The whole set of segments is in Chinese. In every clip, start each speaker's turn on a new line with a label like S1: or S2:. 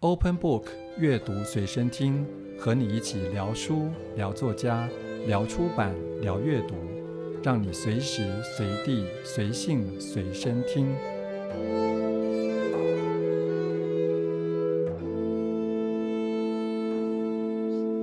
S1: Open Book 阅读随身听，和你一起聊书、聊作家、聊出版、聊阅读，让你随时随地随性随身听。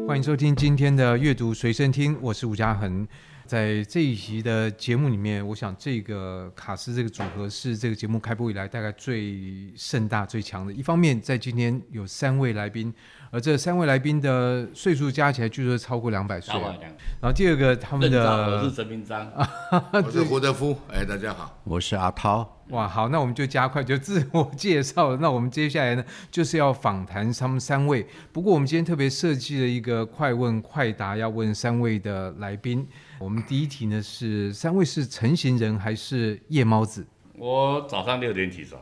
S2: 欢迎收听今天的阅读随身听，我是吴嘉恒。在这一集的节目里面，我想这个卡斯这个组合是这个节目开播以来大概最盛大、最强的。一方面，在今天有三位来宾，而这三位来宾的岁数加起来据说超过两百岁
S3: 老
S2: 了。
S3: 板娘，
S2: 然后第二个，他们
S3: 认长，我
S2: 的
S3: 是陈明章，
S2: 啊
S4: 我是胡德夫，哎，大家好，
S5: 我是阿涛，
S2: 哇，好，那我们就加快就自我介绍了。那我们接下来呢，就是要访谈他们三位。不过我们今天特别设计了一个快问快答，要问三位的来宾。我们第一题呢是三位是成型人还是夜猫子？
S3: 我早上六点起床，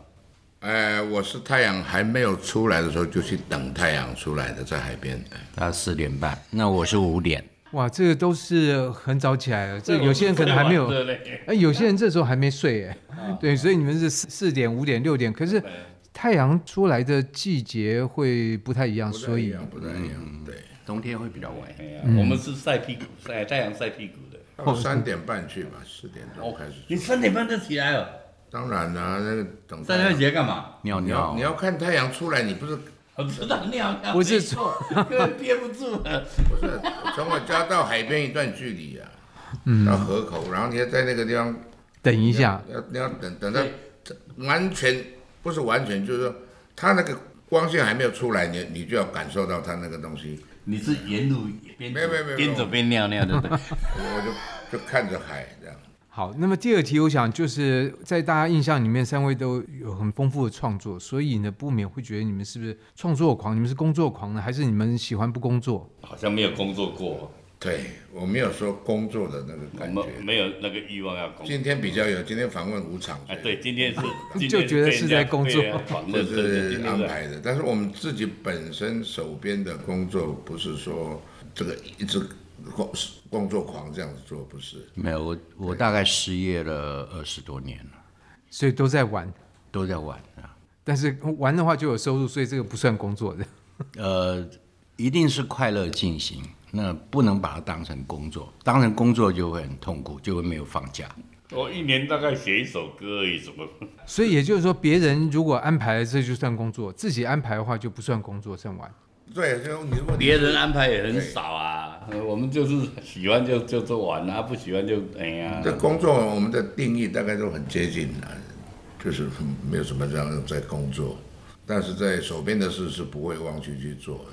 S4: 哎，我是太阳还没有出来的时候就去等太阳出来的，在海边，哎
S5: 他四点半，那我是五点，
S2: 哇，这个都是很早起来了，这有些人可能还没有
S3: 对。嘞，
S2: 哎，有些人这时候还没睡哎，对，所以你们是四四点、五点、六点，可是太阳出来的季节会不太一样，哦所以啊嗯
S4: 不太一样，对，
S5: 冬天会比较晚
S3: 哎。呀我们是晒屁股，晒太阳晒屁股的。
S2: 哦
S4: 三点半去吧，四点钟开始去。
S3: 你三点半就起来了，
S4: 当然啦，那个等
S3: 三点半
S4: 太阳，
S3: 起来干嘛？
S5: 尿
S4: 你要
S2: 哦
S5: 尿
S4: 你，要看太阳出来，你不是
S3: 我知道尿尿，
S2: 不是
S3: 没错，因为憋不住了。
S4: 不是从我家到海边一段距离啊，
S2: 嗯
S4: 到河口，然后你要在那个地方
S2: 等一下，
S4: 要你要等等到完全不是完全，就是说它那个光线还没有出来，你你就要感受到它那个东西。
S3: 你是沿路边
S4: 没有没有没有
S3: 边走边尿尿的，对不对
S4: 我就就看着海这样。
S2: 好，那么第二题，我想就是在大家印象里面，三位都有很丰富的创作，所以呢，不免会觉得你们是不是创作狂？你们是工作狂呢，还是你们喜欢不工作？
S3: 好像没有工作过，
S4: 对我没有说工作的那个
S3: 我
S4: 感
S3: 们
S4: 觉。
S3: 嗯没有那个欲望要工作。
S4: 今天比较有，今天访问五场，
S3: 哎，对，，今天是 今天
S2: 就觉得是在工作
S3: 被 人家访
S4: 这
S3: 问，对对，
S4: 是
S3: 今天
S4: 安
S3: 是
S4: 排的。但是我们自己本身手边的工作，不是说这个一直工工作狂这样子做，不是。
S5: 没有，我我大概失业了二十多年了，
S2: 所以都在玩，
S5: 都在玩啊。
S2: 但是玩的话就有收入，所以这个不算工作的。
S5: 呃，一定是快乐进行，那不能把它当成工作，当成工作就会很痛苦，就会没有放假。
S3: 我一年大概写一首歌而已，怎么？
S2: 所以也就是说，别人如果安排了这就算工作，自己安排的话就不算工作，算玩。
S4: 对，就你问
S3: 别人安排也很少啊，呃我们就是喜欢就就就玩啊，不喜欢就哎呀，
S4: 这工作，我们的定义大概都很接近了，就是没有什么这样在工作，但是在手边的事是不会忘记去做的。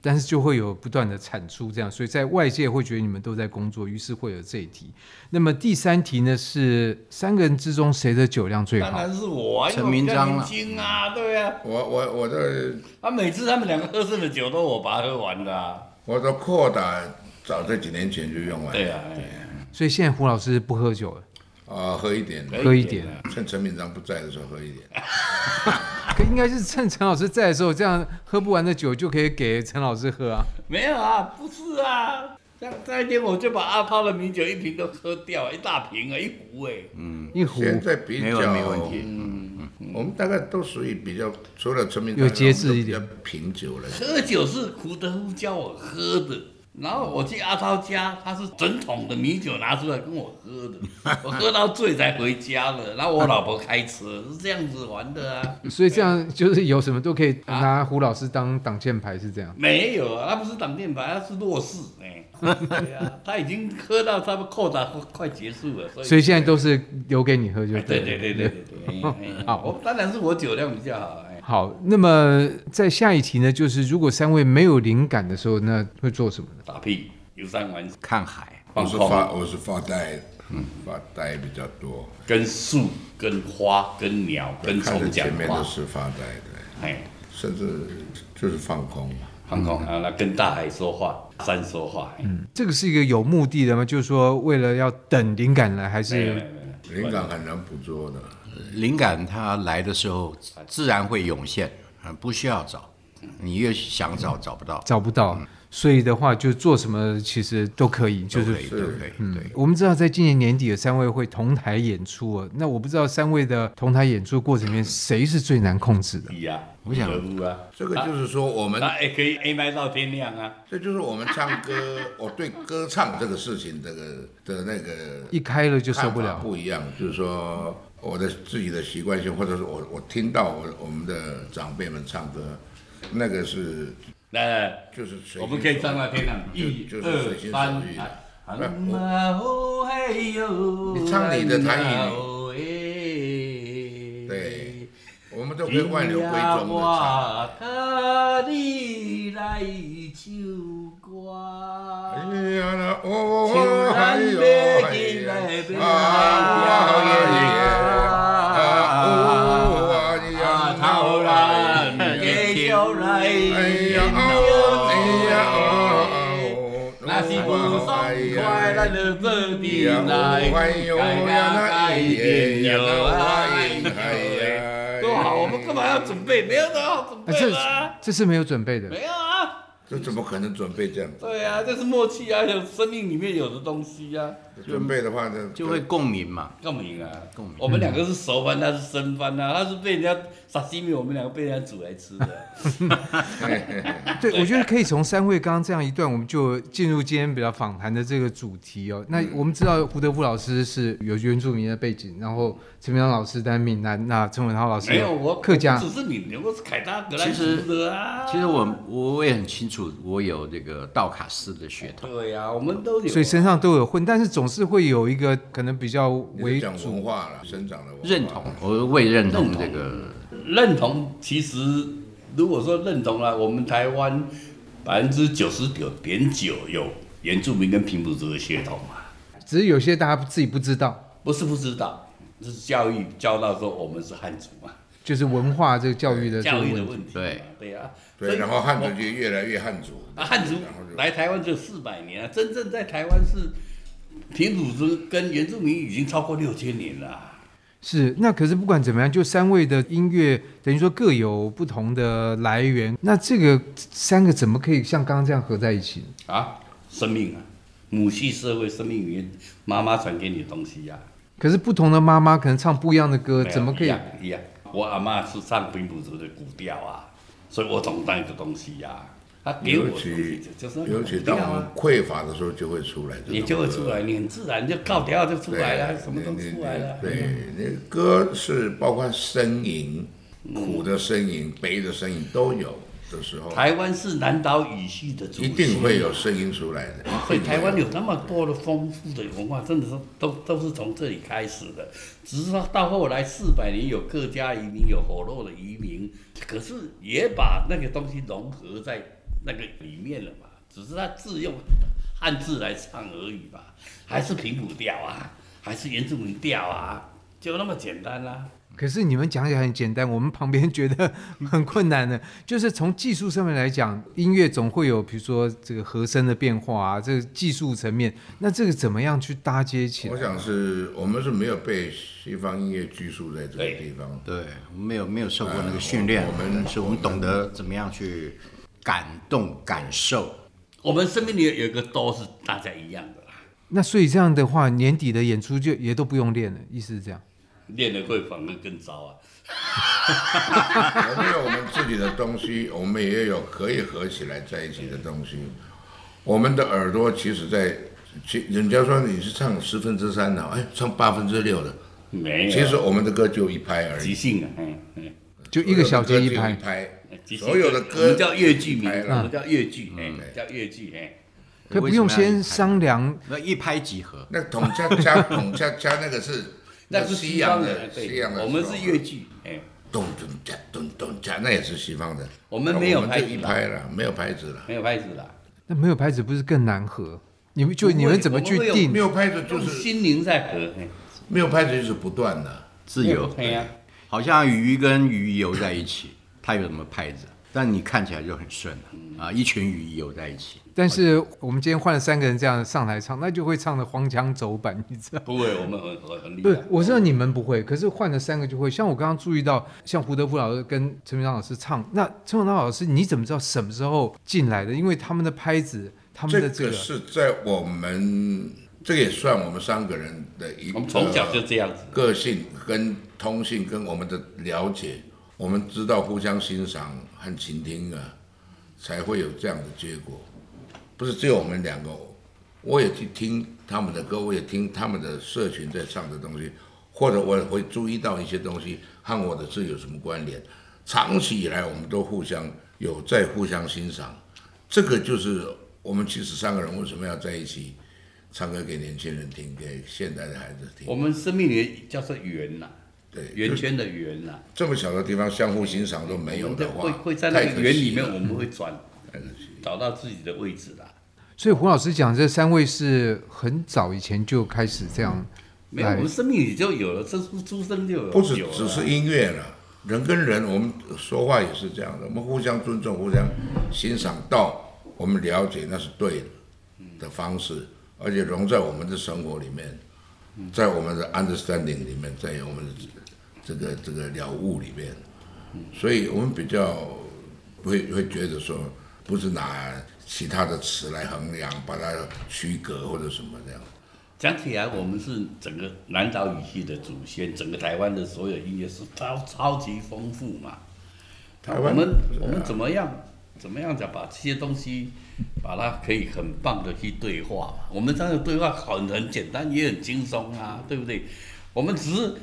S2: 但是就会有不断的产出，这样，所以在外界会觉得你们都在工作，于是会有这一题。那么第三题呢是三个人之中谁的酒量最
S3: 当
S2: 好？
S3: 然是我啊，因为
S5: 陈
S3: 我比
S5: 明
S3: 较
S5: 章
S3: 年
S5: 了
S3: 轻啊，对啊，
S4: 我我我的
S3: 啊，每次他们两个喝剩的酒都我把它喝完的啊，
S4: 我的扩打早在几年前就用完了，
S3: 对啊，哎
S2: 所以现在胡老师不喝酒了。
S4: 啊、喝一点，
S3: 可以
S2: 喝一点，
S4: 趁陈敏章不在的时候喝一点。
S2: 可应该是趁陈老师在的时候，这样喝不完的酒就可以给陈老师喝啊。
S3: 没有啊，不是啊，像那一天我就把阿涛的米酒一瓶都喝掉，一大瓶啊，一壶哎，
S2: 一壶
S4: 现在比
S5: 没有
S4: 较
S5: 没问题，
S4: 我们大概都属于比较，除了陈敏章
S2: 有节制一点，
S4: 我们都比较品酒了。
S3: 喝酒是胡德夫教我喝的，然后我去阿涛家，他是整桶的米酒拿出来跟我喝的，我喝到醉才回家了。然后我老婆开车，是这样子玩的啊。
S2: 所以这样就是有什么都可以拿胡老师当挡箭牌，是这样。
S3: 没有啊，他不是挡箭牌，他是弱势哎、对啊，他已经喝到他们扣打快结束了，所以
S2: 所以现在都是留给你喝就
S3: 哎
S2: 对
S3: 对
S2: 了
S3: 对对对对对，哎哎
S2: 好
S3: 我当然是我酒量比较好哎、
S2: 好，那么在下一题呢，就是如果三位没有灵感的时候，那会做什么呢？
S3: 打屁游山玩水
S5: 看海，
S4: 我
S3: 放
S4: 是
S3: 空，
S4: 发我是发呆，发呆比较多，
S3: 跟树、跟花、跟鸟、跟
S4: 看着
S3: 虫讲
S4: 前面
S3: 话
S4: 的，是发呆的，
S3: 哎。
S4: 甚至就是放空嘛。
S3: 航空啊，那跟大海说话，山说话，嗯，
S2: 这个是一个有目的的吗？就是说为了要等灵感来，还
S3: 没
S2: 是
S3: 有没有没有
S4: 灵感很难捕捉的，
S5: 灵感它来的时候自然会涌现，啊，不需要找，你越想找找不到。
S2: 找不到？所以的话，就做什么其实都可以，就是
S5: 都可以，都可以，对。
S2: 我们知道，在今年年底有三位会同台演出哦。那我不知道三位的同台演出过程里面，谁是最难控制的？
S3: 一呀，
S5: 我想
S3: 可恶啊，
S4: 这个就是说我们，
S3: 那也可以 A 麦到天亮啊，
S4: 这就是我们唱歌，我对歌唱这个事情这个的那个
S2: 一开了就受不
S4: 看法
S2: 了。
S4: 不一样，就是说我的自己的习惯性，或者是我我听到我我们的长辈们唱歌，那个是
S3: 那。
S4: 就是随心
S3: 我们可以站到天啊哎上，
S4: 就
S3: 一
S4: 就是
S3: 二
S4: 随心所
S3: 三
S4: 欲的。
S3: 喊啊哦嘿哟
S4: 你唱你的台语
S3: 喊啊哦嘿
S4: 对我们都可以万柳归宗的唱。
S3: 我靠你来唱歌，
S4: 哎呀啦哦
S3: 像
S4: 哎
S3: 咱
S4: 呦
S3: 要
S4: 哎
S3: 进
S4: 呀
S3: 来变
S4: 啊哇耶耶啊哦啊呀
S3: 啊，头来
S4: 哎
S3: 继续来，
S4: 呀哦哎呀哦哦
S3: 那是不爽
S4: 哎
S3: 快，
S4: 呀
S3: 咱就做阵来，改改变哟，哎呀，多好！我们干嘛要准备？没有都要准
S2: 啊、
S3: 备
S2: 这
S3: 了啊，
S2: 这是没有准备的，
S3: 没有啊，
S4: 这怎么可能准备这样？
S3: 对啊，这是默契啊，有生命里面有的东西啊，
S4: 准备的话呢，
S5: 就会共鸣嘛，
S3: 共鸣啊，
S5: 共鸣
S3: 我们两个是熟番，他是生番啊，他是被人家沙西米，我们两个被人家煮来吃的。
S2: 对，我觉得可以从三位刚刚这样一段，我们就进入今天比较访谈的这个主题哦。
S3: 嗯
S2: 那我们知道胡德夫老师是有原住民的背景，然后陈明章老师在闽南，那陈伟涛老师
S3: 没有我
S2: 哎客家
S3: 只，是你能够是凯达格兰
S5: 其实
S3: 族的啊。
S5: 其实我我我也很清楚，我有这个道卡斯的血统，
S3: 对呀、我们都有啊。
S2: 所以身上都有混，但是总是会有一个可能比较
S4: 你
S2: 为
S4: 是讲文
S2: 主。
S4: 化了，生长的文化
S5: 认同，我未认同
S3: 认同
S5: 这个，
S3: 认同，其实如果说认同啊，我们台湾百分之九十九点九有原住民跟平埔族的血统嘛，
S2: 只是有些大家自己不知道，
S3: 不是不知道，是教育教到说我们是汉族嘛，
S2: 就是文化这个教育的这个
S3: 教
S2: 问
S3: 育
S2: 题
S3: 的。问题嘛，
S5: 对
S3: 对啊，所
S4: 对，
S3: 以
S4: 然后汉
S3: 我
S4: 族就越来越汉族，
S3: 啊，汉族
S4: 然后就
S3: 来台湾只有四百年啊，真正在台湾是平埔族跟原住民已经超过六千年了啊。
S2: 是，那可是不管怎么样，就三位的音乐等于说各有不同的来源，那这个三个怎么可以像刚刚这样合在一起呢？
S3: 啊，生命啊，母系社会生命里面，妈妈传给你的东西呀、
S2: 可是不同的妈妈可能唱不一样的
S4: 呃
S2: 歌，
S3: 没有
S2: 怎么可
S3: 一
S2: 以
S3: 样？一样？我阿妈是唱平埔族的古调啊，所以我懂那个东西呀、她给我的
S4: 尤
S3: 东西
S4: 其
S3: 就就是那
S4: 尤
S3: 个
S4: 其
S3: 古
S4: 当
S3: 调
S4: 我们
S3: 啊，
S4: 匮乏的时候，就会出来这种
S3: 你就会
S4: 歌
S3: 出来，你很自然就告调就出
S4: 对
S3: 来了，什么都
S4: 你你
S3: 出来了。
S4: 对，那歌是包括呻吟，
S3: 嗯
S4: 苦的呻吟、悲的呻吟都有的时候，
S3: 台湾是南岛语系的祖
S4: 一
S3: 先
S4: 定会有声音出来的。
S3: 所以台湾有那么多的丰富的文化，真的是都都是从这里开始的。只是说到后来四百年有客家移民，有火肉的移民，可是也把那个东西融合在那个里面了嘛。只是他自用汉字来唱而已嘛，还是平埔调啊，还是原住民调啊，就那么简单啦、
S2: 可是你们讲起来很简单，我们旁边觉得很困难的， 就是从技术上面来讲，音乐总会有比如说这个和声的变化啊，这个技术层面，那这个怎么样去搭接起
S4: 我
S2: 来？
S4: 想是我们是没有被西方音乐拘束在这个
S3: 对
S4: 地方，
S5: 对，我们没有没有受过那个训练，
S4: 呃我我们
S5: 但是我们懂得怎么样去感动、感受。
S3: 我们身边里有有一个都是大家一样的啦，
S2: 那所以这样的话，年底的演出就也都不用练了，意思是这样。
S3: 练得会反而更糟啊。
S4: 我们有我们自己的东西，我们也有可以合起来在一起的东西。我们的耳朵其实在，其人家说你是唱十分之三的，哎，唱八分之六的，
S3: 没有，
S4: 嗯其实我们的歌就一拍而已
S3: 即。兴啊，嗯嗯。
S2: 就一个小节一拍，
S3: 即兴
S4: 所有的
S3: 我
S4: 歌哎嗯
S3: 们叫越剧名，
S4: 拍了
S3: 我们叫越剧，哎，叫越剧，哎，
S2: 可不用
S5: 为什么要一
S2: 先
S5: 拍
S2: 商量
S5: 那一拍即合，
S4: 那统恰 恰统恰恰那个是
S3: 那是
S4: 西洋的，
S3: 人对
S4: 西洋的时候，
S3: 我们是越剧，哎，
S4: 咚咚恰咚咚恰，那也是西方的。
S3: 我们没有拍
S4: 就
S3: 子嗯
S4: 一
S3: 啦，
S4: 拍了，没有拍子了，
S3: 没有拍子啦，
S2: 那没有拍子不是更难合？你们就
S3: 不会
S2: 你们怎么去
S3: 我们会有
S2: 定
S4: 没？有拍子就
S3: 用
S4: 是
S3: 心灵在和，哎，
S4: 没有拍子就是不断的。
S5: 自由，
S3: 哎呀，
S5: 好像鱼跟鱼游在一起，它有什么拍子？但你看起来就很顺了啊，一群鱼游在一起。
S2: 但是我们今天换了三个人这样上来唱，那就会唱的荒腔走板，你知道。
S3: 不会，我们很很很厉
S2: 不
S3: 害
S2: 是，。我知道你们不会，可是换了三个就会。像我刚刚注意到，像胡德夫老师跟陈明章老师唱，那陈明章老师你怎么知道什么时候进来的？因为他们的拍子，他们的
S4: 这
S2: 个，
S4: 个是在我们这个也算我们三个人的一
S3: 我
S4: 个
S3: 们从小就这样子，
S4: 个性跟通性跟我们的了解，我们知道互相欣赏和倾听啊，才会有这样的结果。不是只有我们两个，我也去听他们的歌，我也听他们的社群在唱的东西，或者我也会注意到一些东西和我的字有什么关联。长期以来，我们都互相有在互相欣赏，这个就是我们其实三个人为什么要在一起唱歌给年轻人听，给现代的孩子听
S3: 我。们生命里叫做缘呐，
S4: 对，
S3: 圆圈的圆呐。
S4: 这么小的地方相互欣赏都没有
S3: 我们
S4: 的
S3: 在
S4: 话，
S3: 会会在那
S4: 太
S3: 个
S4: 可惜
S3: 圆里面，
S4: 了
S3: 我们会转，找到自己的位置啦。
S2: 所以胡老师讲这三位是很早以前就开始这样
S3: 没有，
S2: 来
S3: 我们生命里就有了，这出出生就有，
S4: 不止
S3: 有了
S4: 只是音乐了，人跟人我们说话也是这样的，我们互相尊重、互相欣赏到我们了解那是对的的方式，而且融在我们的生活里面，在我们的 understanding 里面，在我们的这个这个了悟里面，所以我们比较会会觉得说，不是拿其他的词来衡量，把它区隔或者什么这样。
S3: 讲起来，我们是整个南岛语系的祖先，整个台湾的所有音乐是超超级丰富嘛。
S4: 台湾
S3: 我们
S4: 是啊
S3: 我们怎么样怎么样讲把这些东西，把它可以很棒的去对话嘛？我们这样的对话很很简单，也很轻松啊，对不对？我们只是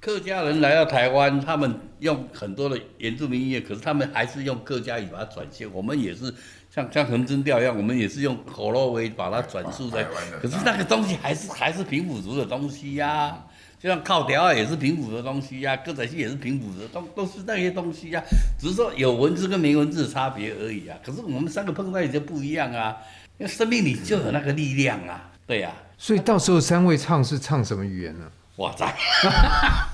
S3: 客家人来到台湾，他们用很多的原住民音乐，可是他们还是用客家语把它转现。我们也是像像横针调一样，我们也是用口落威把它转述在
S4: 台湾的。
S3: 可是那个东西还是还是平埔族的东西呀、就像靠条啊也是平埔的东西呀、歌仔戏也是平埔的，都都是那些东西呀、只是说有文字跟没文字的差别而已啊。可是我们三个碰在一起就不一样啊，因为生命里就有那个力量啊，对呀、
S2: 所以到时候三位唱是唱什么语言呢？
S3: 哇塞，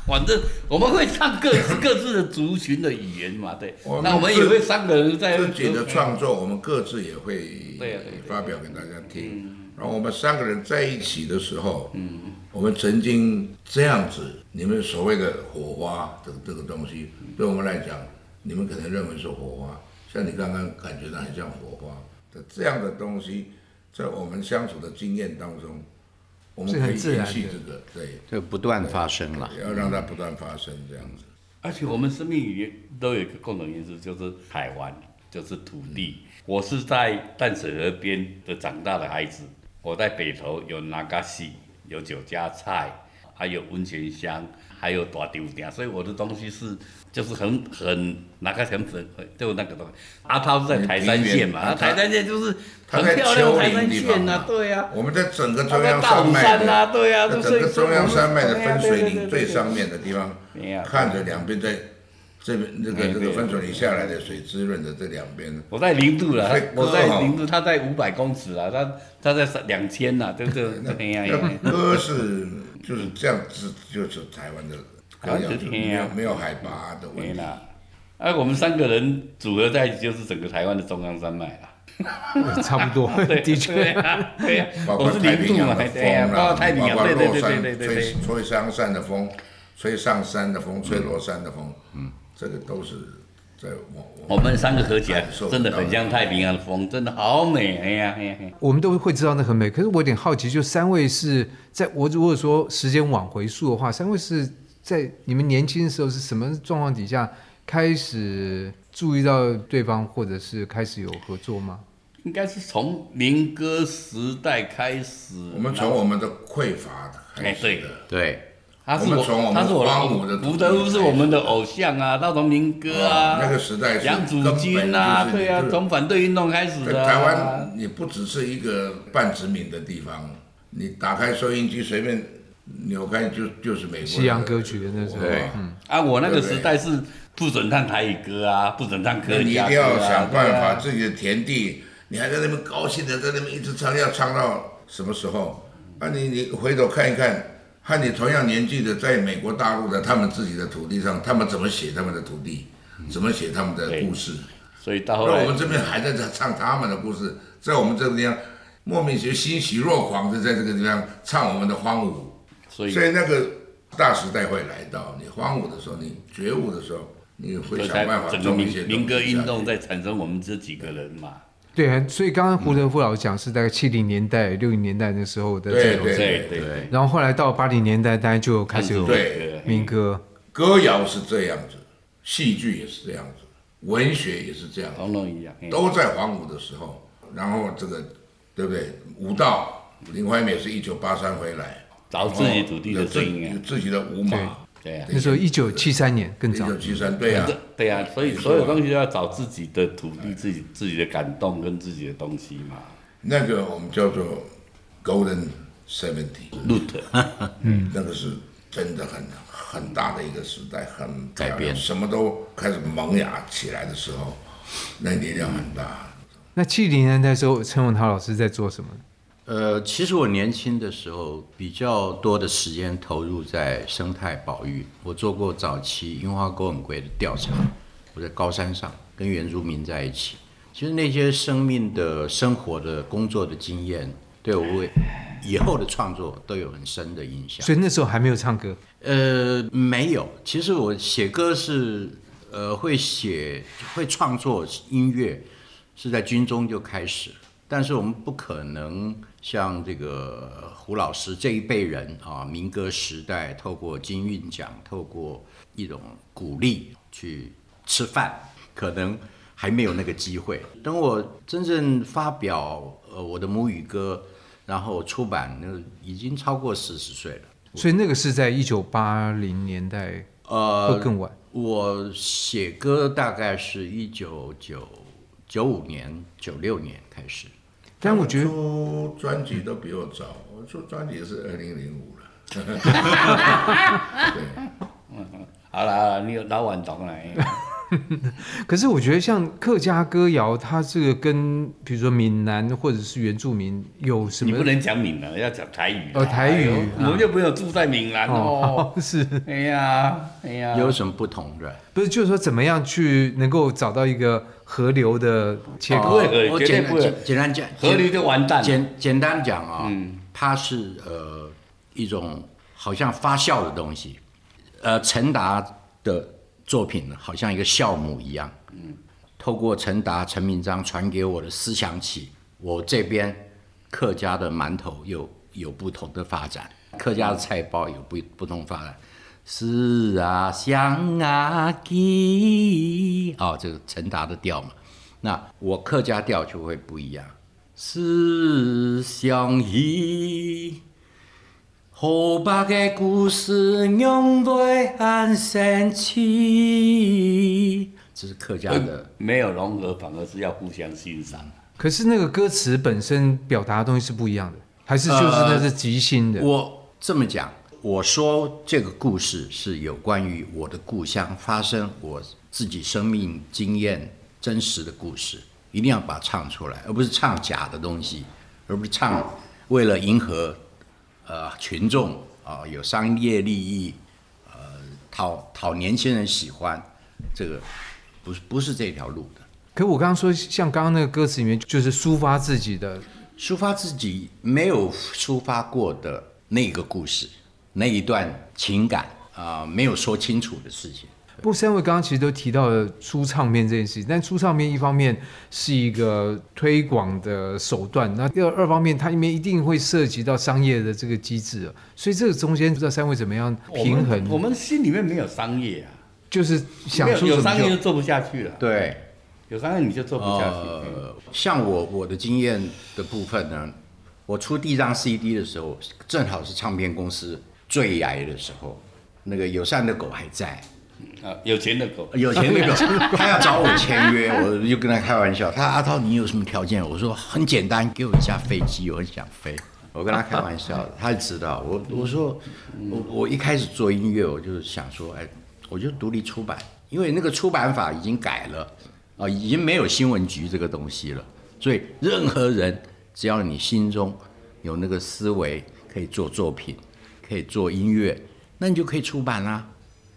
S3: 反正我们会唱各 自各自的族群的语言嘛，对
S4: 我。们
S3: 那我们也会三个人在
S4: 自己的创作，我们各自也会
S3: 哎对啊对对
S4: 发表给大家听。然后我们三个人在一起的时候，嗯，我们曾经这样子，你们所谓的火花这个这个东西，对我们来讲，你们可能认为是火花，像你刚刚感觉到很像火花的这样的东西，在我们相处的经验当中，我们
S2: 是
S4: 可
S2: 很
S4: 以
S2: 自然
S4: 延
S2: 的
S4: 续这个，对，
S5: 这不断发生了。
S4: 也要让它不断发生这样子。
S3: 而且我们生命里面都有一个共同因素，就是海湾，就是土地。我是在淡水河边的长大的孩子，我在北投有那嘎西，有酒家菜，还有温泉乡，还有大丢店，所以我的东西是就是很很那个很粉，就那个东西。阿涛是在台山县嘛，
S4: 嗯你平原
S3: 啊台山县就是
S4: 他
S3: 很
S4: 在
S3: 漂亮
S4: 丘
S3: 的台
S4: 陵
S3: 山
S4: 地方
S3: 县呐、
S4: 嘛
S3: 啊，对呀、啊。
S4: 我们在整个
S3: 他
S4: 中
S3: 在
S4: 央
S3: 大
S4: 山
S3: 武
S4: 脉
S3: 山啊，
S4: 的
S3: 对呀、啊，
S4: 整
S3: 所以
S4: 个中央山脉的
S3: 啊
S4: 分水岭最
S3: 上。
S4: 上面的地方
S3: 没有，
S4: 看着两边在这边这
S3: 哎
S4: 个这
S3: 对
S4: 个分水岭下来的水滋润的这两边，
S3: 我在零度了
S4: 所以，歌
S3: 我在
S4: 哈
S3: 零度，他在五百公尺了，他他在三两千了，对不 对？这么样呀？
S4: 那歌是就是这样子，就是台湾的歌
S3: 啊
S4: 谣，就是没有没有海拔的
S3: 没
S4: 问题。
S3: 啦。哎，我们三个人组合在一起，就是整个台湾的中央山脉啦。
S2: 差不多，的确。
S3: 对啊，对呀，
S4: 包
S3: 我
S4: 括
S3: 是
S4: 太
S3: 零
S4: 平
S3: 度嘛
S4: 洋，的
S3: 对呀，
S4: 风
S3: 包
S4: 啦，
S3: 括太平洋，
S4: 包括
S3: 对对
S4: 落
S3: 对对
S4: 山
S3: 对对
S4: 吹
S3: 对。
S4: 吹上山的风，吹上山的风，吹落山的风，嗯，这个都是在我
S3: 我们三个合起
S4: 哎
S3: 来，真的很像太平洋的风，真的好美，哎呀哎呀。哎呀
S2: 我们都会知道那很美，可是我有点好奇，就三位是在我如果说时间往回溯的话，三位是在你们年轻的时候是什么状况底下开始注意到对方，或者是开始有合作吗？
S3: 应该是从民歌时代开始，
S4: 我们从我们的匮乏开
S3: 嗯哎对
S4: 始的。
S5: 对，
S3: 他是
S4: 我们
S3: 我，
S4: 从我们
S3: 他是我
S4: 光武的
S3: 福德屋是我们的偶像啊，到从民歌啊，
S4: 那个时代是
S3: 杨祖金
S4: 根本
S3: 啊，
S4: 就是
S3: 对啊，
S4: 就是
S3: 从反对运动开始
S4: 在
S3: 的、啊。
S4: 台湾，你不只是一个半殖民的地方，你打开收音机随便扭开就就是美国哦
S2: 西洋歌曲的那种
S4: 种。
S5: 对
S3: 啊，我那个时代是不准唱台语歌啊，不准唱
S4: 那
S3: 客
S4: 你一
S3: 家
S4: 定
S3: 歌、啊、
S4: 要想办
S3: 对
S4: 法
S3: 啊
S4: 自己的田地，你还在那边高兴的在那边一直唱，要唱到什么时候？啊你，你回头看一看，和你同样年纪的在美国大陆的，他们自己的土地上，他们怎么写他们的土地，怎么写他们的故事，
S3: 所以到后
S4: 那
S3: 来
S4: 我们这边还在这唱他们的故事，在我们这个地方莫名其妙欣喜若狂的在这个地方唱我们的荒芜，
S3: 所以
S4: 所以那个大时代会来到，你荒芜的时候，你觉悟的时候，你会
S3: 所以
S4: 想办
S3: 才
S4: 法
S3: 整个
S4: 种一些
S3: 民民歌
S4: 东西
S3: 运动
S4: 下去
S3: 在产生我们这几个人嘛，
S2: 对啊，所以刚刚胡德夫老师讲是大概七零年代、六零年代那时候的这
S4: 对
S2: 种，
S4: 对
S3: 对
S4: 对
S3: 对，
S2: 然后后来到八零年代，大家就开始有
S4: 对
S2: 民歌。
S4: 歌谣是这样子，戏剧也是这样子，文学也是这样子，
S3: 统统一样，嘿
S4: 都在黄武的时候，然后这个对不对？舞蹈，林怀民也是一九八三回来，哦
S3: 找哦自己土地的
S4: 有自
S3: 声音
S4: 有
S3: 啊，
S4: 自己的舞马，
S3: 对呀。
S2: 那时候一九七三年更
S4: 一
S2: 早
S4: 九，七三，对啊，
S3: 对呀、所以所有东西都要找自己的土地、自己自己的感动跟自己的东西嘛。
S4: 那个我们叫做 Golden Seventy，
S3: root
S2: 嗯
S4: 那个是真的很很大的一个时代，很
S5: 改变
S4: 什么都开始萌芽起来的时候，那力量很大。
S2: 那七零年代的时候，陈永涛老师在做什么？
S5: 呃，其实我年轻的时候比较多的时间投入在生态保育，我做过早期樱花钩吻龟的调查，我在高山上跟原住民在一起，其实那些生命的、生活的、工作的经验，对我为以后的创作都有很深的影响。
S2: 所以那时候还没有唱歌，
S5: 呃，没有。其实我写歌是，呃，会写会创作音乐，是在军中就开始。但是我们不可能像这个胡老师这一辈人啊，民歌时代透过金韵奖，透过一种鼓励去吃饭，可能还没有那个机会。等我真正发表呃我的母语歌，然后出版，那已经超过四十岁了。
S2: 所以那个是在一九八零年代
S5: 呃，
S2: 或更晚。
S5: 我写歌大概是一九九九五年、九六年开始。
S2: 但我觉得
S4: 出专辑都比我早，我出专辑是二零零五了。
S3: 好啦，好啦你有老晚懂了。嘿
S2: 可是我觉得像客家歌谣，它这个跟比如说闽南或者是原住民有什
S3: 你不
S2: 么？
S3: 能讲闽南，要讲台语。
S2: 哦台语
S3: 哎呦我们又没有住在闽南哦。
S2: 是
S3: 哎呀，哎呀，
S5: 有什么不同的？
S2: 不是就是说怎么样去能够找到一个河流的切
S3: 不
S2: 口？
S3: 会呃
S5: 我
S3: 绝对
S5: 简
S3: 不会
S5: 简简单讲，
S3: 河流就完蛋了。
S5: 简简单讲啊、
S3: 嗯
S5: 它是呃一种好像发酵的东西，呃，陈达的作品好像一个酵母一样，嗯，透过陈达、陈明章传给我的思想起，我这边客家的馒头又有不同的发展，客家的菜包有不不同发展。是啊，香啊，鸡哦，这个陈达的调嘛，那我客家调就会不一样。啊思想伊，河北的故事永袂安生起。这是客家的，
S3: 没有融合，反而是要互相欣赏。
S2: 可是那个歌词本身表达的东西是不一样的，还是就是
S3: 呃
S2: 那是即兴的？
S5: 我这么讲，我说这个故事是有关于我的故乡发生我自己生命经验真实的故事，一定要把它唱出来，而不是唱假的东西，而不是唱为了迎合呃群众啊、有商业利益，呃讨讨年轻人喜欢，这个不是不是这条路的。
S2: 可我刚刚说，像刚刚那个歌词里面，就是抒发自己的，
S5: 抒发自己没有抒发过的那个故事，那一段情感啊、没有说清楚的事情。
S2: 不，三位刚刚其实都提到了出唱片这件事情，但出唱片一方面是一个推广的手段，那第二二方面它里面一定会涉及到商业的这个机制哦，所以这个中间不知道三位怎么样平
S3: 我们我
S2: 衡，
S3: 们心里面没有商业啊，
S2: 就是想
S3: 没有
S2: 出
S3: 有
S2: 什
S3: 商
S2: 么
S3: 业就
S2: 就
S3: 做不下去了，
S5: 对，
S3: 有商业你就做不下去。
S2: 哦
S3: 嗯
S5: 呃，像我我的经验的部分呢，我出第一张 CD 的时候，正好是唱片公司最矮的时候，那个友善的狗还在，
S3: 啊，有钱的狗，
S2: 哎
S5: 有钱那个， 他要找我签 约，我就跟他开玩笑。他阿涛，你有什么条件？我说很简单，给我一架飞机，我很想飞。我跟他开玩笑，他就知道我。我说，我我一开始做音乐，我就是想说，哎，我就独立出版，因为那个出版法已经改了，啊、已经没有新闻局这个东西了。所以任何人，只要你心中有那个思维，可以做作品，可以做音乐，啊那你就可以出版啦、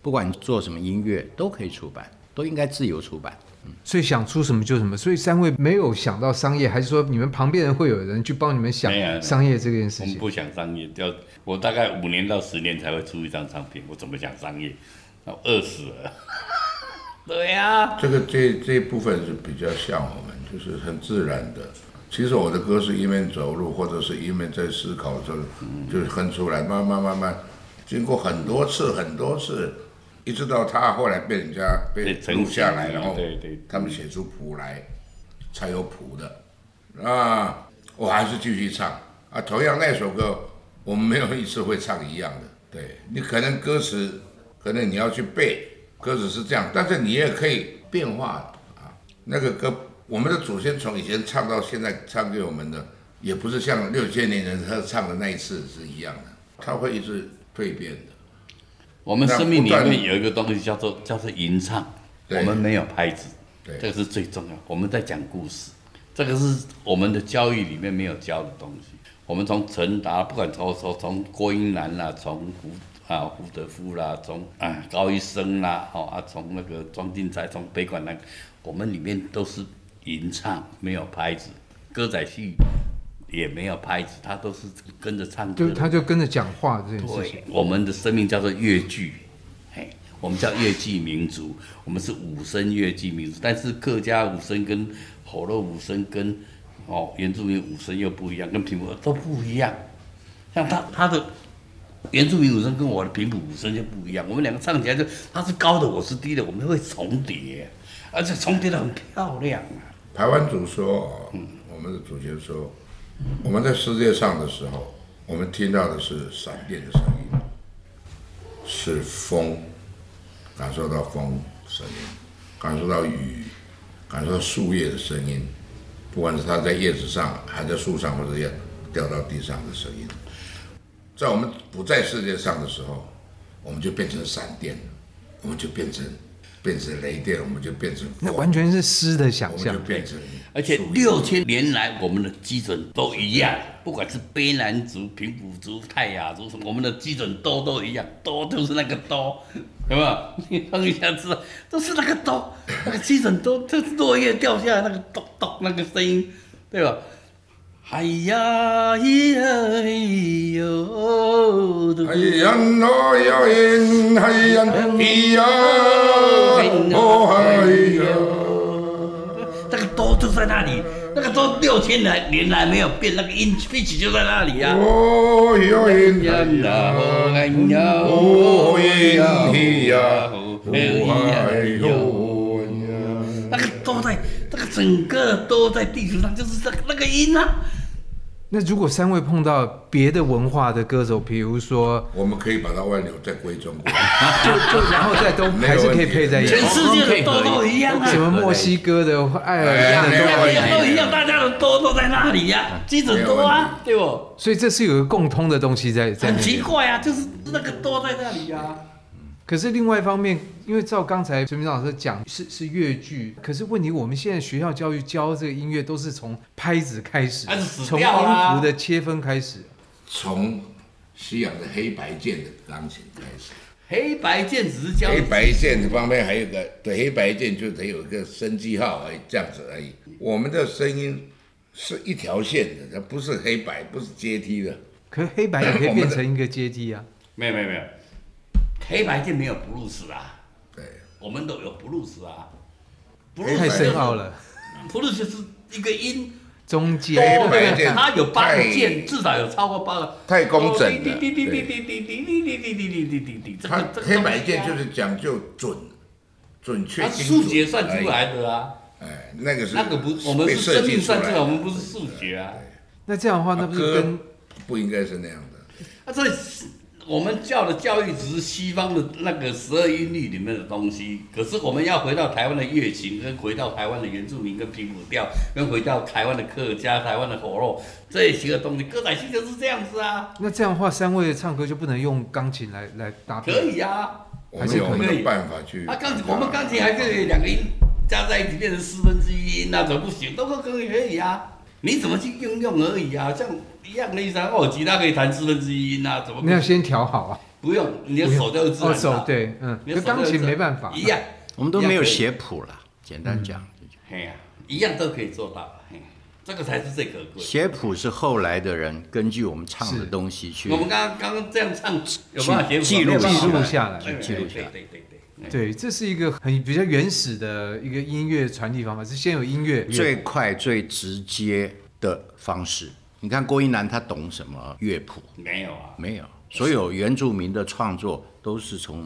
S5: 不管你做什么音乐都可以出版，都应该自由出版。
S2: 所以想出什么就什么。所以三位没有想到商业，还是说你们旁边人会有人去帮你们想
S3: 没有没有
S2: 商业这件事
S3: 我们
S2: 情？
S3: 不想商业，就我大概五年到十年才会出一张唱片，我怎么想商业？那我饿死了。 对啊呀、
S4: 这个这这一部分是比较像我们，就是很自然的。其实我的歌是一面走路，或者是一面在思考中，
S3: 嗯
S4: 就是哼出来，慢慢慢慢，经过很多次很多次，一直到他后来被人家被
S3: 被成
S4: 录下
S3: 型
S4: 来，
S3: 了
S4: 然后
S3: 对对
S4: 他们写出谱来，才有谱的。那啊我还是继续唱啊，同样那首歌，我们没有一次会唱一样的。对你可能歌词，可能你要去背，歌词是这样，但是你也可以变化啊。那个歌，我们的祖先从以前唱到现在唱给我们的，也不是像六千年人他唱的那一次是一样的，他会一直蜕变的。
S3: 我们
S4: 那
S3: 生命里
S4: 不断
S3: 面有一个东西叫做叫做吟唱，
S4: 对
S3: 我们没有拍子，
S4: 对
S3: 这个是最重要。我们在讲故事，这个是我们的教育里面没有教的东西。我们从陈达，不管从从从郭英男啦、从胡啊胡德夫啦、从啊高一生啦，哦啊从那个庄敬才，从北管那个，我们里面都是吟唱，没有拍子，歌仔戏也没有拍子，他都是跟着唱歌
S2: 就
S3: 的。
S2: 他就跟着讲话这件事情
S3: 对，，我们的生命叫做越剧，嘿，我们叫越剧民族，我们是武生越剧民族，但是客家武生跟火肉武生跟哦原住民武生又不一样，跟平埔都不一样。像他他的原住民武生跟我的平埔武生就不一样，我们两个唱起来就他是高的，我是低的，我们会重叠，而且重叠的很漂亮啊。
S4: 台湾主说，我们的主角说，我们在世界上的时候，我们听到的是闪电的声音，是风，感受到风声音，感受到雨，感受到树叶的声音，不管是它在叶子上，还在树上，或者要掉到地上的声音，在我们不在世界上的时候，我们就变成闪电了，我们就变成变成雷电，我们就变成
S2: 那
S4: 光
S2: 完全是诗的
S4: 我
S2: 想
S4: 们
S2: 象
S4: 就。变成，
S3: 而且六千年来，我们的基准都一样，不管是卑南族、平埔族、泰雅族什么，我们的基准都都一样，都就是那个都，有没有？你当一下知道，都是那个都，那个基准都，这落叶掉下来那个咚咚那个声音，对吧？哎呀哎咿呀咿哟，嘟
S4: 哎呀哦呀耶，哎呀咿呀哦哎呀，
S3: 那个都就在那里，那个都六千来年来没有变，那个音pitch 就在那里呀、啊。
S4: 哦呀
S3: 呀
S4: 耶，
S3: 啦吼哎呀
S4: 哦
S3: 吼
S4: 耶
S3: 哎
S4: 咿
S3: 呀
S4: 呀
S3: 吼
S4: 哦
S3: 哎呀
S4: 哎
S3: 哎呀吼
S4: 哟呀，
S3: 那个都在，那个整个都在地球上，就是那个那个音啊。
S2: 那如果三位碰到别的文化的歌手，比如说，
S4: 我们可以把它外流再归中国，
S2: 就就 然后再都
S4: 没有
S2: 还是可以
S4: 问题
S2: 配在一起
S3: 全，世界的都都一样啊
S2: 什么墨西哥的、爱尔兰的都
S4: 哎没有
S3: 大
S4: 问题
S3: 家都一样，大家的都都在那里呀、基准多啊，对不？
S2: 所以这是有一个共通的东西在在
S3: 很
S2: 那
S3: 奇
S2: 里。
S3: 怪啊，就是那个都在那里呀、啊。
S2: 可是另外一方面，因为照刚才陈明老师讲，是是越剧，可是问题我们现在学校教育教这个音乐都是从拍子开始
S3: 拍子，死
S2: 从音
S3: 掉啦
S2: 符的切分开始。
S4: 从西洋的黑白键的钢琴开始。
S3: 黑白键只是教
S4: 黑白键这方面还有个对黑白键就得有一个升记号而已，这样子而已。我们的声音是一条线的，它不是黑白，不是阶梯的。
S2: 可是黑白也可以变成一个阶梯啊，
S3: 没有没有没有，黑白键没有 blues 啊，
S4: 对，
S3: 我们都有 blues 啊。
S4: 黑白
S2: 太深奥
S3: 了
S2: 了。
S3: ，blues 就是一个音。
S2: 中间
S4: 黑白键
S3: 它有八个
S4: 太
S3: 键，至少有超过八个。
S4: 太工整了
S3: 滴滴滴滴滴滴滴滴滴滴滴滴滴滴。这
S4: 它
S3: 个这个
S4: 黑白键就
S3: 东西啊
S4: 是讲究准、准确、
S3: 它
S4: 精
S3: 数
S4: 准
S3: 学算
S4: 而已
S3: 出。来的啊，
S4: 哎，那个是
S3: 那个不，我们
S4: 被
S3: 是
S4: 设
S3: 生
S4: 计
S3: 命算出
S4: 出
S3: 来，
S4: 的
S3: 我们不是数学啊。
S2: 那这样的话，那不是
S4: 歌
S2: 跟
S4: 不应该是那样的。
S3: 啊，这是我们教的教育只是西方的那个十二音律里面的东西，可是我们要回到台湾的乐琴，跟回到台湾的原住民跟平埔调，跟回到台湾的客家、台湾的火肉这些个东西，歌仔戏就是这样子啊，
S2: 那这样的话，三位唱歌就不能用钢琴来来搭配？
S3: 可以啊。
S4: 我
S2: 还
S4: 们
S2: 是
S4: 有
S2: 可
S4: 没
S3: 以
S4: 有办法去？
S3: 啊，钢琴我们钢琴还可以两个音加在一起变成四分之一音那、怎么不行？都可以可以啊，你怎么去应用而已啊，像一样的意思啊。哦，吉他可以弹四分之一音啊，怎么不
S2: 那要
S3: 行？
S2: 先调好啊。
S3: 不用，你的手就自
S2: 哦，
S3: 然
S2: 手
S3: 弹，
S2: 对，嗯，
S3: 你
S2: 那
S3: 的手就
S2: 钢
S3: 自
S2: 琴
S3: 然
S2: 没办法。
S3: 一样，
S5: 我们都没有写谱啦，简单讲，
S3: 嘿呀、一样都可以做到，嘿，这个才是最可
S2: 嗯
S3: 贵。
S5: 写谱是后来的人根据我们唱
S2: 是
S5: 的东西去
S3: 我们刚刚刚刚这样唱，有办法写谱吗
S5: 记录
S3: 没有办法
S2: 记录下来
S3: 对
S5: 记录下
S3: 对
S5: 来
S3: 对对对对。
S2: 对，这是一个很比较原始的一个音乐传递方法，是先有音乐，
S5: 最快最直接的方式。你看郭一男他懂什么乐谱？
S3: 没有啊，
S5: 没有，所有原住民的创作都是从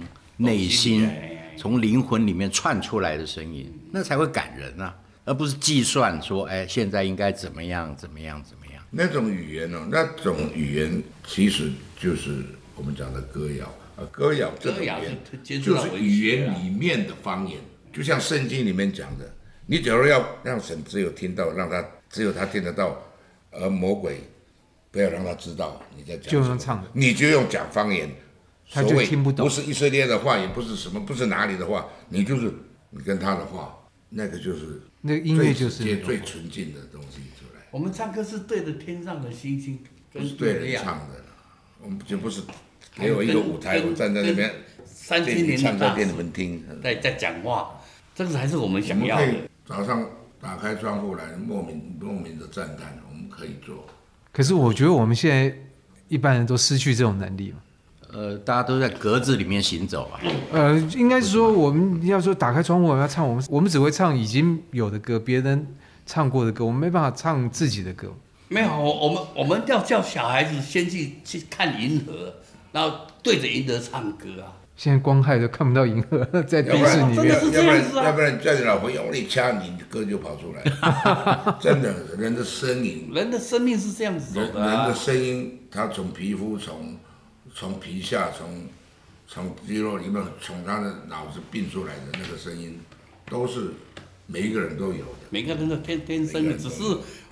S3: 从
S5: 内心
S3: 心里来、
S5: 从灵魂里面窜出来的声音，那才会感人啊，而不是计算说，哎，现在应该怎么样，怎么样，怎么样。
S4: 那种语言哦，那种语言其实就是我们讲的歌谣啊，歌谣这种
S3: 歌
S4: 语
S3: 谣
S4: 言
S3: 是接触
S4: 就
S3: 到
S4: 是
S3: 文
S4: 语
S3: 学
S4: 言
S3: 啊
S4: 里面的方言，就像圣经里面讲的，你假如要让神只有听到，让他只有他听得到，而魔鬼不要让他知道你在讲什
S2: 就
S4: 么，
S2: 用唱的
S4: 你就用讲方言，
S2: 他
S4: 所
S2: 就
S4: 谓
S2: 听不懂
S4: 不是以色列的话，也不是什么，不是哪里的话，你就是你跟他的话，那个就是
S2: 那个音乐就
S4: 最直
S2: 是
S4: 接最纯净的东西出来。
S3: 我们唱歌是对着天上的星星
S4: 不
S3: 跟
S4: 是对
S3: 月
S4: 人
S3: 亮
S4: 唱的啦，我们就不是给我一个舞台，
S3: 跟
S4: 我站在那边，
S3: 跟三
S4: 给
S3: 千
S4: 你
S3: 年
S4: 唱
S3: 的
S4: 歌
S3: 大
S4: 给
S3: 师
S4: 你们听。
S3: 在在讲话，这个才是我们
S4: 我
S3: 想
S4: 们
S3: 要
S4: 可
S3: 的
S4: 以。早上打开窗户来，莫名莫名的赞叹，我们可以做。
S2: 可是我觉得我们现在一般人都失去这种能力了。
S5: 呃，大家都在格子里面行走啊，
S2: 呃，应该是说我们要说打开窗户我们要唱，我们我们只会唱已经有的歌，别人唱过的歌，我们没办法唱自己的歌。
S3: 没有，我我们我们要叫小孩子先去去看银河，然后对着银河唱歌啊。
S2: 现在光害都看不到银河，在迪
S4: 要不
S2: 士
S4: 然
S2: 尼
S4: 要
S3: 真
S4: 不
S2: 里
S3: 的是
S4: 然
S3: 这样子啊
S4: 要不然叫你老婆用力掐你，歌就跑出来了。真的，人的声音，
S3: 人的生命是这样子走
S4: 人
S3: 的、
S4: 人
S3: 啊
S4: 的，声音，它从皮肤，从从皮下，从从肌肉里面，从他的脑子并出来的那个声音，都是每一个人都有的。
S3: 每个人都天天生的，只是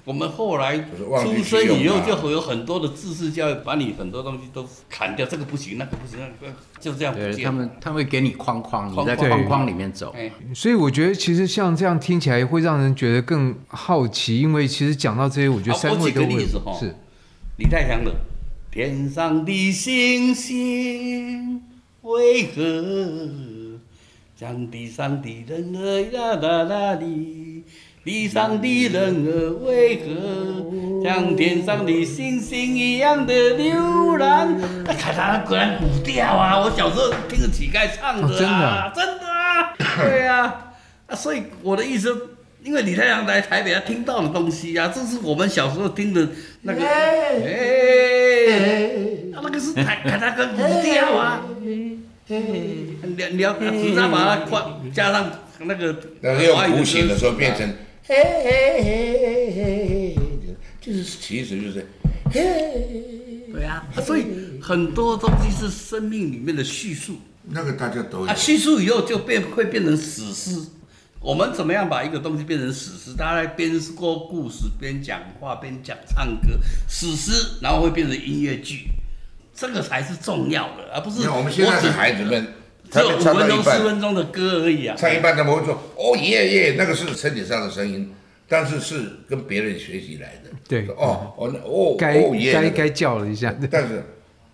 S3: 我们后来
S4: 是忘记
S3: 出
S4: 去
S3: 生以
S4: 用
S3: 后
S4: 它
S3: 就会有很多的知识教育，把你很多东西都砍掉，这个不行，那个不行，那个就这样不
S5: 对
S3: 见
S5: 他们，他会给你框框，你
S3: 框
S5: 在
S3: 框
S5: 框框里面走。
S3: 哎，
S2: 所以我觉得其实像这样听起来会让人觉得更好奇，因为其实讲到这些，我觉得
S3: 啊
S2: 三
S3: 我
S2: 位
S3: 举个
S2: 都会
S3: 例子哈
S2: 是
S3: 李泰祥的《天上的星星为何将地上的人儿呀啦啦哩，地上的人儿为何像天上的星星一样的流浪？那凯达果然古调啊！我小时候听着乞丐唱的、
S2: 哦真的啊
S3: 啊，真的啊，对啊，啊，所以我的意思。因为李太阳来台北，他听到的东西啊，这是我们小时候听的那个，哎，啊那个是凯凯达格古调啊，你要你要只是要把它换加上那个
S4: 但是用
S3: 华语
S4: 谱写
S3: 歌
S4: 的时候
S3: 词
S4: 变成嘿嘿嘿嘿嘿，就是其实就是
S3: 对啊，啊所以很多东西是生命里面的叙述
S4: 那个大家都有
S3: 啊，，叙述以后就变会变成史诗。我们怎么样把一个东西变成史诗？大家在边说故事边讲话边讲唱歌，史诗，然后会变成音乐剧，这个才是重要的，而不是
S4: 你看我们现在
S3: 只
S4: 的孩子们，
S3: 只
S4: 他
S3: 有
S4: 们
S3: 五
S4: 唱到
S3: 分
S4: 一
S3: 钟、
S4: 半
S3: 十，分钟的歌而已啊。
S4: 唱一半他们会说哦耶耶，那个是身体上的声音，但是是跟别人学习来的。
S2: 对
S4: 说哦哦那哦
S2: 该
S4: 哦耶，
S2: 该
S4: 那个
S2: 该叫了一下，
S4: 但是，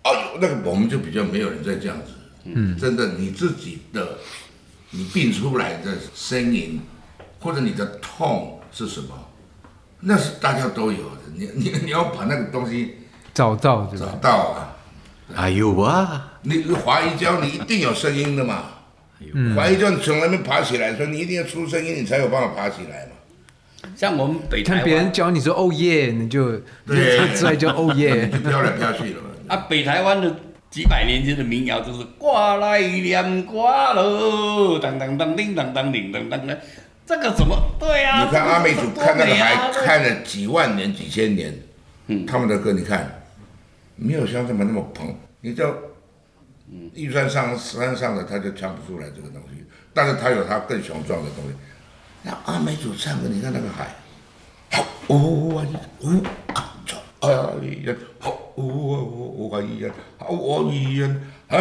S4: 哎呦，那个我们就比较没有人再这样子。嗯，真的，你自己的，你病出来的声音，或者你的痛是什么，那是大家都有的。你你你要把那个东西
S2: 找到对
S4: 找
S2: 吧？
S4: 到啊！
S5: 哎呦哇，
S4: 你华谊教你一定有声音的嘛。华谊教你从来没爬起来，说你一定要出声音，你才有办法爬起来嘛。
S3: 像我们北台
S2: 看别人
S3: 湾
S2: 教你说哦耶，你就
S4: 对
S2: 你出来就哦耶
S4: 你，就飘来飘去了嘛。
S3: 啊，北台湾的几百年前的民谣就是挂来念挂喽，当当当叮当当叮当当当，这个怎么对啊？
S4: 你看阿美族看那个海，
S3: 看
S4: 看了几万年、几千年，他们的歌你看，没有像他们那么澎。你叫玉山上山上的，他就唱不出来这个东西，但是他有他更雄壮的东西。那阿美族唱歌，你看那个海，好呜啊呜啊操啊咿呀，好呜啊呜啊咿呀，好啊咿呀，啊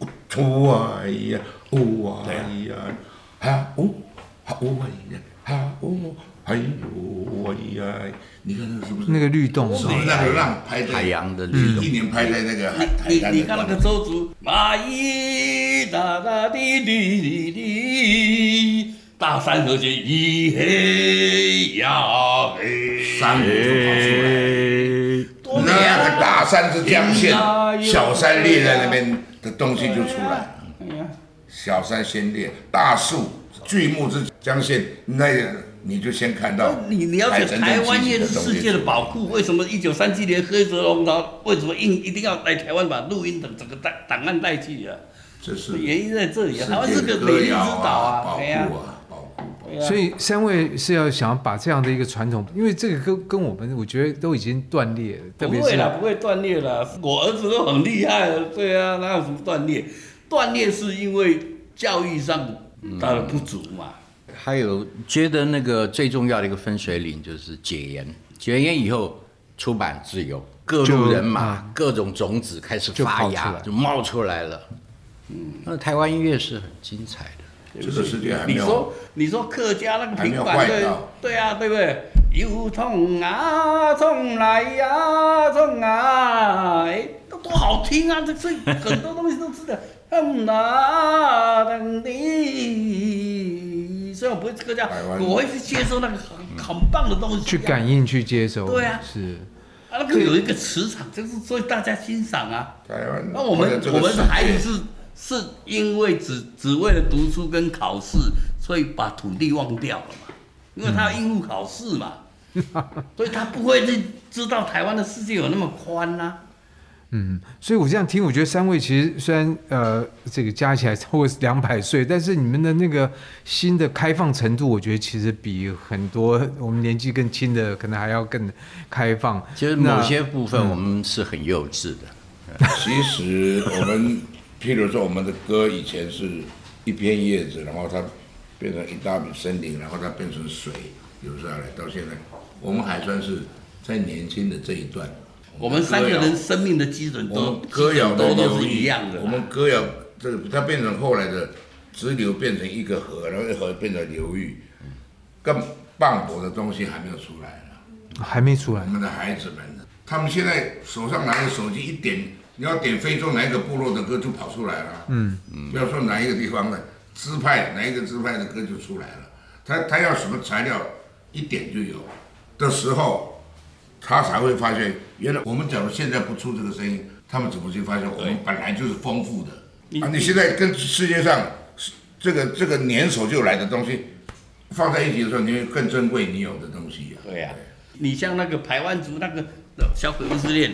S4: 呜出啊咿呀，呜啊咿呀，啊呜啊呜啊咿呀，啊呜哎呦哎呀，你看那个是不是？
S2: 那个律动
S4: 是不是那个浪拍在
S5: 海洋的律
S3: 嗯
S5: 动
S4: 一年拍在那个海海
S3: 你
S4: 滩的
S3: 你看那个周族，蚂蚁哒哒滴滴滴滴，大三和弦，一嘿呀嘿，
S4: 山谷就跑出来。
S3: 多美
S4: 那
S3: 啊！
S4: 个大山是江县
S3: 哎呀，
S4: 小山裂在那边的东西就出来了。
S3: 哎呀，
S4: 小山先裂，大树巨木之江县，那个你就先看到
S3: 你你要
S4: 才
S3: 解
S4: 真
S3: 台
S4: 正
S3: 湾
S4: 积极
S3: 也
S4: 的
S3: 是
S4: 东西
S3: 世界的
S4: 出来
S3: 宝库，为什么一九三七年黑泽龙他为什么硬一定要来台湾把录音的整个带档案带去啊？
S4: 这是
S3: 原因在这里啊，台湾
S4: 世
S3: 是
S4: 界
S3: 个美
S4: 歌
S3: 丽之
S4: 谣
S3: 岛
S4: 啊，
S3: 啊，
S4: 宝
S3: 哎呀，
S4: 库啊，宝库。宝库
S3: 对啊
S2: 所以三位是要想把这样的一个传统，因为这个跟跟我们我觉得都已经断裂了，特
S3: 不
S2: 别
S3: 会
S2: 是
S3: 啦，不会断裂啦。我儿子都很厉害了，对啊，哪有什么断裂？断裂是因为教育上他的不足嘛。
S5: 还有觉得那个最重要的一个分水岭就是解严，解严以后出版自由，各路人马、各种种子开始发
S2: 啊就跑出
S5: 芽，
S2: 来
S5: 就冒出来了。嗯，那台湾音乐是很精彩的，
S4: 这个世界还没
S3: 你
S4: 有
S3: 说你说客家那个
S4: 还没
S3: 平
S4: 有
S3: 板
S4: 坏
S3: 对
S4: 到
S3: 对啊，对不对？油葱啊，葱来呀、葱啊，哎，都多好听啊！这所以很多东西都是的。哼啦等你，虽然我不会客家
S4: 台，湾
S3: 我会去接受那个很很棒的东西、啊，
S2: 去感应去接收，
S3: 对啊
S2: 是
S3: 啊，那个有一个磁场，就是所以大家欣赏啊。
S4: 台湾，
S3: 那我
S4: 或者
S3: 们
S4: 这个
S3: 我们
S4: 世
S3: 的孩
S4: 界
S3: 子是是因为只只为了读书跟考试，所以把土地忘掉了嘛，因为他要应付考试嘛，
S4: 嗯
S3: 所以他不会去知道台湾的世界有那么宽啊呐、
S2: 嗯，所以我这样听，我觉得三位其实虽然呃这个加起来超过两百岁，但是你们的那个心的开放程度，我觉得其实比很多我们年纪更轻的可能还要更开放。
S5: 其实
S2: 那
S5: 某些部分我们是很幼稚的。
S4: 其实我们，譬如说我们的歌以前是一片叶子，然后它变成一大片森林，然后它变成水流下来，到现在我们还算是在年轻的这一段。
S3: 我们三个人生命的基准
S4: 我
S3: 都
S4: 们歌谣
S3: 基
S4: 的
S3: 准都
S4: 流
S3: 都是
S4: 域
S3: 一样的啦。
S4: 我们歌谣这个它变成后来的支流变成一个河，然后一河变成流域，更磅礴的东西还没有出来呢。
S2: 还没出来
S4: 我，们的孩子们，他们现在手上拿着手机一点，你要点非洲哪一个部落的歌就跑出来了。嗯嗯，不要说哪一个地方的支派，哪一个支派的歌就出来了。他他要什么材料，一点就有的时候，他才会发现，原来我们假如现在不出这个声音，他们怎么去发现我们本来就是丰富的？啊，你现在跟世界上这个这个粘手就来的东西放在一起的时候，你会更珍贵你有的东西呀、
S3: 对呀、你像那个台湾族那个小鬼屋之恋，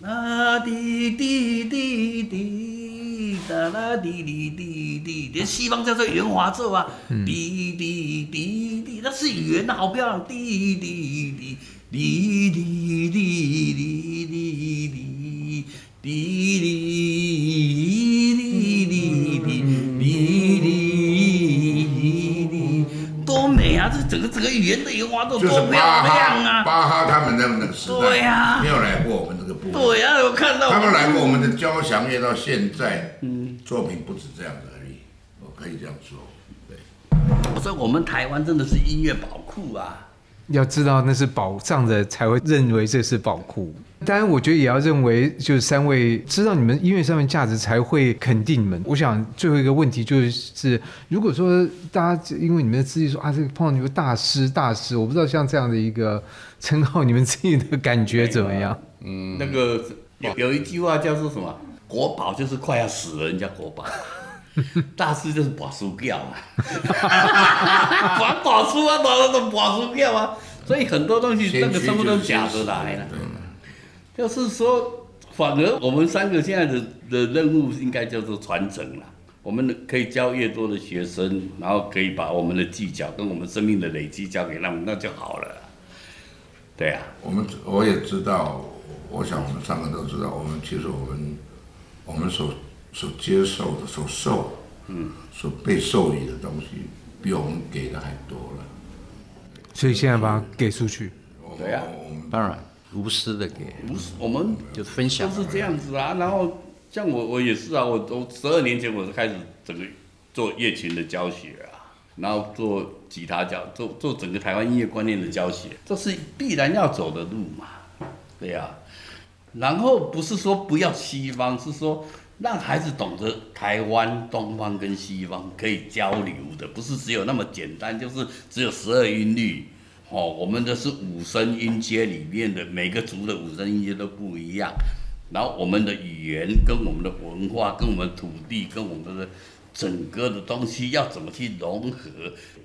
S3: 啦滴滴滴滴哒啦滴滴滴滴，连西方叫做圆滑奏啊，滴滴滴滴，那是圆的好漂亮，滴滴滴滴滴滴滴滴滴。滴滴滴滴滴滴滴滴，多美啊！这整个整个语言的圆滑奏
S4: 就是
S3: 多漂
S4: 巴
S3: 亮
S4: 哈
S3: 啊！
S4: 巴哈他们那个那个时代，
S3: 对呀
S4: 没有来过我们这个部落，
S3: 对呀、我看到
S4: 他们来过我们的交响乐到现在，
S3: 嗯
S4: 作品不止这样子而已，我可以这样说，对，
S3: 我说我们台湾真的是音乐宝库啊！
S2: 要知道那是宝藏的，才会认为这是宝库。当然，我觉得也要认为，就是三位知道你们音乐上面价值，才会肯定你们。我想最后一个问题就是，如果说大家因为你们的资历说啊，这个碰到你们大师大师，我不知道像这样的一个称号，你们自己的感觉怎么样？
S3: 嗯，那个有有一句话叫做什么？国宝就是快要死了，人家国宝。 大师就是拔输掉嘛， 反拔输啊，拿了都拔输掉啊，所以很多东西那
S4: 先
S3: 个
S4: 驱
S3: 全部都
S4: 就是
S3: 假
S4: 是
S3: 的来了。
S4: 对，
S3: 就是说，反而我们三个现在的的任务应该叫做传承啦。我们可以教越多的学生，然后可以把我们的技巧跟我们生命的累积交给他们，那就好了啦。对啊，
S4: 我们我也知道，我想我们三个都知道，我们其实我们我们所所接受的、所受，嗯，所被授予的东西，比我们给的还多了。
S2: 所以现在把它给出去。
S4: 我
S3: 对呀啊
S4: 我们
S5: 当然，无私的给，
S3: 不是我们
S5: 就分享
S3: 都。是这样子啊。然后像我，我也是啊，我我十二年前我就开始整个做乐群的教学啊，然后做吉他教，做做整个台湾音乐观念的教学，这是必然要走的啊路嘛，对呀、然后不是说不要西方，是说让孩子懂得台湾东方跟西方可以交流的，不是只有那么简单，就是只有十二音律。哦，我们的是五声音阶里面的每个族的五声音阶都不一样，然后我们的语言跟我们的文化、跟我们土地、跟我们的整个的东西要怎么去融合，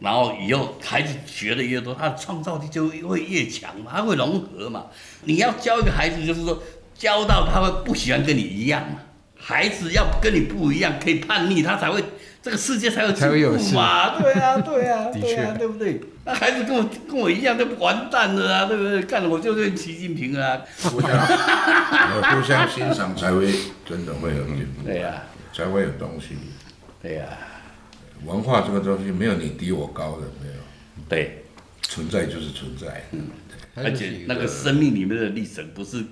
S3: 然后以后孩子学的越多，他的创造力就会越强嘛，他会融合嘛。你要教一个孩子，就是说教到他会不喜欢跟你一样嘛，孩子要跟你不一样，可以叛逆，他才会这个世界才有进
S2: 才会有
S3: 步嘛，对啊，对啊，
S2: 的
S3: 对啊
S2: 确，
S3: 对不对？那孩子跟我跟我一样，那不完蛋了啊，对不对？干了我就认习近平了、啊，
S4: 互相 呃互相欣赏才会真的会有进步，
S3: 对啊呀、
S4: 才会有东西。
S3: 对呀、
S4: 文化这个东西没有你低我高的，没有
S3: 对，
S4: 存在就是存在。
S3: 而且那个
S2: 是
S3: 生命里面的历程不是，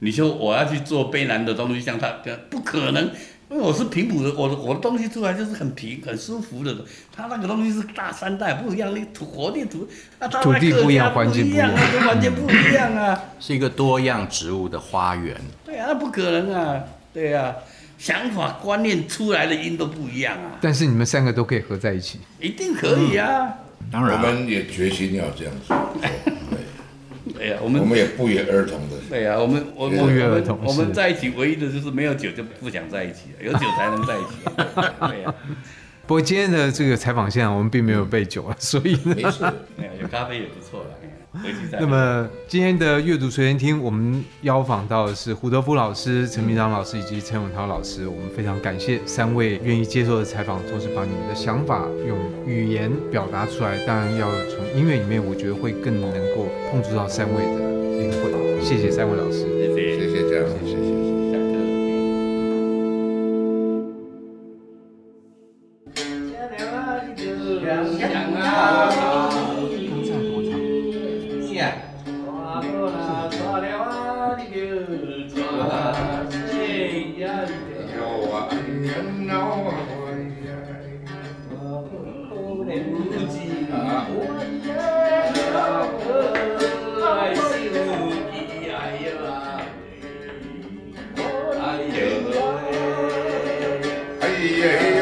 S3: 你说我要去做卑南的东西，像他不可能，因为我是平埔的，我的我的东西出来就是很平很舒服的，他那个东西是大山带不一样，那个土活地土，啊，他那
S2: 土地
S3: 客
S2: 不一样
S3: 家
S2: 环境
S3: 不一样
S2: 不一
S3: 啊，跟环境不一样啊。
S5: 是一个多样植物的花园。
S3: 对啊，那不可能啊，对啊，想法观念出来的音都不一样啊，
S2: 但是你们三个都可以合在一起，
S3: 一定可以啊。
S5: 当
S4: 我
S5: 然，
S4: 们也决心要这样子做，对，
S2: 嗯
S3: 对啊，我
S4: 我
S3: 们
S4: 们也不约而同的。
S3: 对啊，我们我们
S2: 不约
S3: 我
S2: 而
S3: 们
S2: 同
S3: 我
S2: 是
S3: 们在一起唯一的就是没有酒就不想在一起了，有酒才能在一起啊。对啊，
S2: 不过今天的这个采访现场，我们并没有备酒啊，所以呢，
S4: 没事，
S3: 对啊有咖啡也不错了，回去再
S2: 那么今天的阅读随身听，我们邀访到的是胡德夫老师、陈明章老师以及陈永涛老师，我们非常感谢三位愿意接受的采访，同时把你们的想法用语言表达出来。当然要从音乐里面，我觉得会更能够碰触到三位的灵魂。谢谢三位老师。
S3: 谢谢
S4: 谢谢这样，谢谢谢谢。
S3: 下课。
S4: 哎呀哎呀